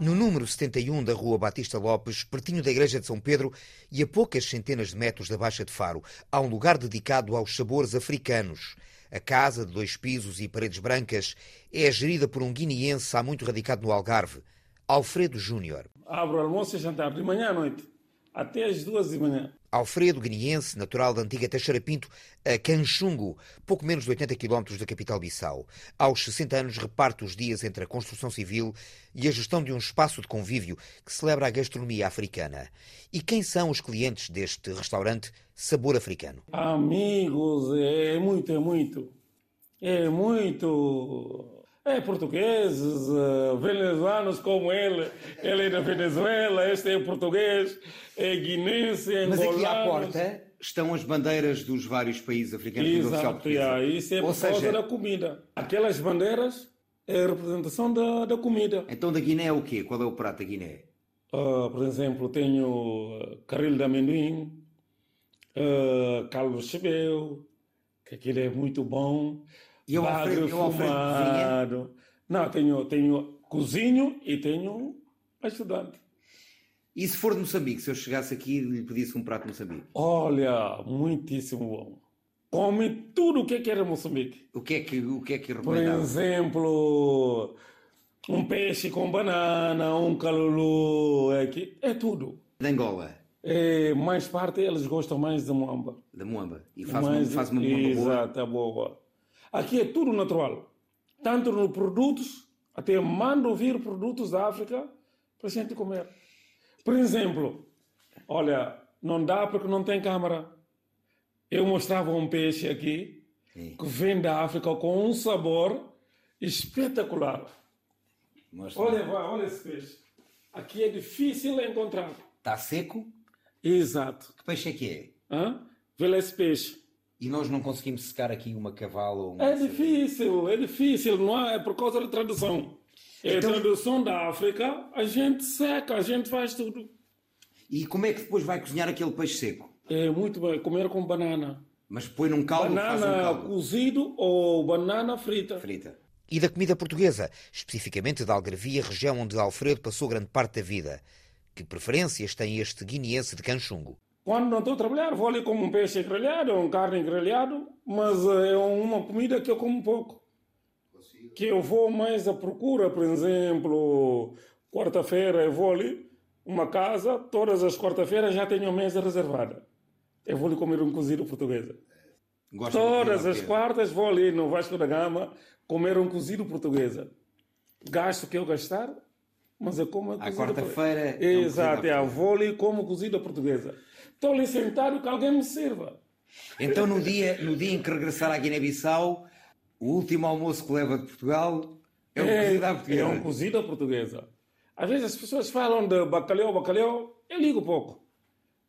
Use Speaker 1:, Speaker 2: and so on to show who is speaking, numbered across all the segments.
Speaker 1: número 71 da Rua Batista Lopes, pertinho da Igreja de São Pedro e a poucas centenas de metros da Baixa de Faro. Há um lugar dedicado aos sabores africanos. A casa, de dois pisos e paredes brancas, é gerida por um guineense há muito radicado no Algarve, Alfredo Júnior.
Speaker 2: Abro almoço e jantar de manhã à noite, até às duas de manhã.
Speaker 1: Alfredo, guineense, natural da antiga Teixeira Pinto, a Canchungo, pouco menos de 80 quilómetros da capital Bissau. Aos 60 anos reparte os dias entre a construção civil e a gestão de um espaço de convívio que celebra a gastronomia africana. E quem são os clientes deste restaurante Sabor Africano?
Speaker 2: Amigos, é muito, é muito. É muito. É portugueses, uh, venezuelanos como ele. Ele é da Venezuela, este é português, é guinense, é
Speaker 3: Mas aqui à
Speaker 2: angolano.
Speaker 3: porta estão as bandeiras dos vários países africanos de língua oficial
Speaker 2: Exato,
Speaker 3: portuguesa.
Speaker 2: já, isso é
Speaker 3: Ou
Speaker 2: por causa
Speaker 3: seja-
Speaker 2: da comida. Aquelas bandeiras é a representação da, da comida.
Speaker 3: Então da Guiné é o quê? Qual é o prato da Guiné?
Speaker 2: Ah, por exemplo, tenho ah, caril de amendoim, ah, caldo de chebeu, que aquilo é muito bom.
Speaker 3: E eu
Speaker 2: bagre
Speaker 3: Alfredo- eu Alfredo
Speaker 2: fumado. Não, tenho, tenho cozinho e tenho ajudante.
Speaker 3: E se for de Moçambique, se eu chegasse aqui e lhe pedisse um prato de Moçambique,
Speaker 2: Olha, muitíssimo bom. Come tudo o que quer em Moçambique.
Speaker 3: o que é que, o que, é que
Speaker 2: Por
Speaker 3: recomendava?
Speaker 2: exemplo, um peixe com banana, um calulu, é, que- é tudo.
Speaker 3: De Angola,
Speaker 2: É, mais parte eles gostam mais de moamba.
Speaker 3: da Moamba. E faz,
Speaker 2: Mas-
Speaker 3: uma, faz uma Moamba boa.
Speaker 2: Exato, é boa, boa. Aqui é tudo natural. Tanto nos produtos, até mando vir produtos da África para a gente comer. Por exemplo, olha, não dá porque não tem câmara. Eu mostrava um peixe aqui
Speaker 3: Sim,
Speaker 2: que vem da África com um sabor espetacular.
Speaker 3: mostra.
Speaker 2: Olha, vai, olha esse peixe. Aqui é difícil encontrar.
Speaker 3: Está Tá seco?
Speaker 2: Exato.
Speaker 3: Que peixe é que é?
Speaker 2: Hã? Vê lá esse peixe.
Speaker 3: E nós não conseguimos secar aqui uma cavala ou um uma...
Speaker 2: É
Speaker 3: sardinha.
Speaker 2: difícil, é difícil, não há- é por causa da tradução. É
Speaker 3: Então-
Speaker 2: tradução da África, a gente seca, a gente faz tudo.
Speaker 3: E como é que depois vai cozinhar aquele peixe seco?
Speaker 2: É muito bem, comer com banana.
Speaker 3: Mas põe num caldo, faz um
Speaker 2: Banana
Speaker 3: caldo.
Speaker 2: cozido ou banana frita.
Speaker 3: Frita.
Speaker 1: E da comida portuguesa, especificamente da Algarvia, região onde Alfredo passou grande parte da vida. Que preferências tem este guineense de Canchungo?
Speaker 2: Quando não estou a trabalhar, vou ali como um peixe grelhado, um carne grelhado, mas eh, é uma comida que eu como pouco. Que eu vou mais à procura, por exemplo, quarta-feira eu vou ali, uma casa, todas as quarta-feiras já tenho a mesa reservada. Eu vou ali comer um cozido português.
Speaker 3: Gosta de
Speaker 2: Todas
Speaker 3: cozinhar
Speaker 2: as
Speaker 3: o quê?
Speaker 2: quartas vou ali no Vasco da Gama comer um cozido português. Gasto o que eu gastar, mas eu como a
Speaker 3: À
Speaker 2: cozida
Speaker 3: quarta-feira. é um cozido à
Speaker 2: Exato, é a
Speaker 3: portuguesa.
Speaker 2: vôlei como cozida portuguesa. Estou ali sentado que alguém me sirva.
Speaker 3: Então, no dia, no dia em que regressar à Guiné-Bissau, o último almoço que leva de Portugal é o cozido à portuguesa.
Speaker 2: é um cozida portuguesa. Às vezes as pessoas falam de bacalhau, bacalhau, eu ligo pouco.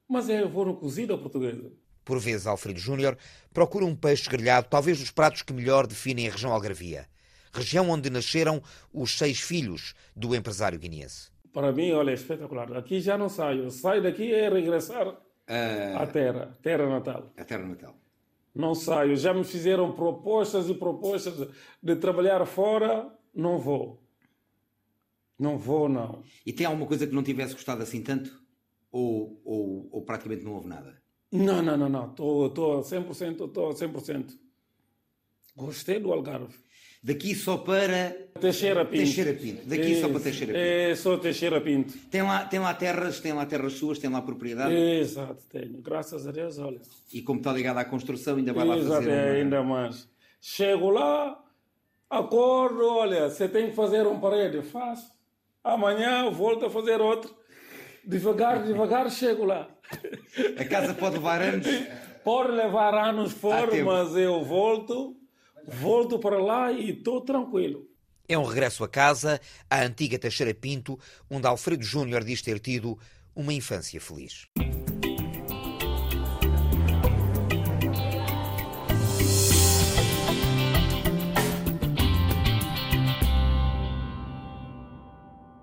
Speaker 2: Mas é, eu vou no cozida portuguesa.
Speaker 1: Por vezes, Alfredo Júnior procura um peixe grelhado, talvez dos pratos que melhor definem a região Algarvia. Região onde nasceram os seis filhos do empresário guineense.
Speaker 2: Para mim, olha, é espetacular. Aqui já não saio. Saio daqui é regressar
Speaker 3: Ah,
Speaker 2: à terra, terra natal.
Speaker 3: a Terra do Natal.
Speaker 2: Não saio. Já me fizeram propostas e propostas de trabalhar fora. Não vou. Não vou, não.
Speaker 3: E tem alguma coisa que não tivesse gostado assim tanto? Ou, ou, ou praticamente não houve nada?
Speaker 2: Não, não, não, não. Estou tô, 100%, estou 100%. Gostei do Algarve.
Speaker 3: Daqui só para.
Speaker 2: Teixeira Pinto.
Speaker 3: Teixeira Pinto. Daqui só para
Speaker 2: Isso.
Speaker 3: Teixeira
Speaker 2: É, só Teixeira Pinto.
Speaker 3: Tem lá, tem lá terras, tem lá terras suas, tem lá propriedade.
Speaker 2: É. Exato, tenho. Graças a Deus, olha.
Speaker 3: E como está ligado à construção, ainda vai lá
Speaker 2: Exato,
Speaker 3: fazer. né?
Speaker 2: é,
Speaker 3: uma-
Speaker 2: ainda mais. Chego lá, acordo, olha, você tem que fazer um parede, faço. Amanhã volto a fazer outro. Devagar, devagar, chego lá.
Speaker 3: A casa pode levar anos.
Speaker 2: Por levar anos
Speaker 3: Há
Speaker 2: fora,
Speaker 3: Tá tempo.
Speaker 2: mas eu volto, volto para lá e estou tranquilo.
Speaker 1: É um regresso a casa, à antiga Teixeira Pinto, onde Alfredo Júnior diz ter tido uma infância feliz.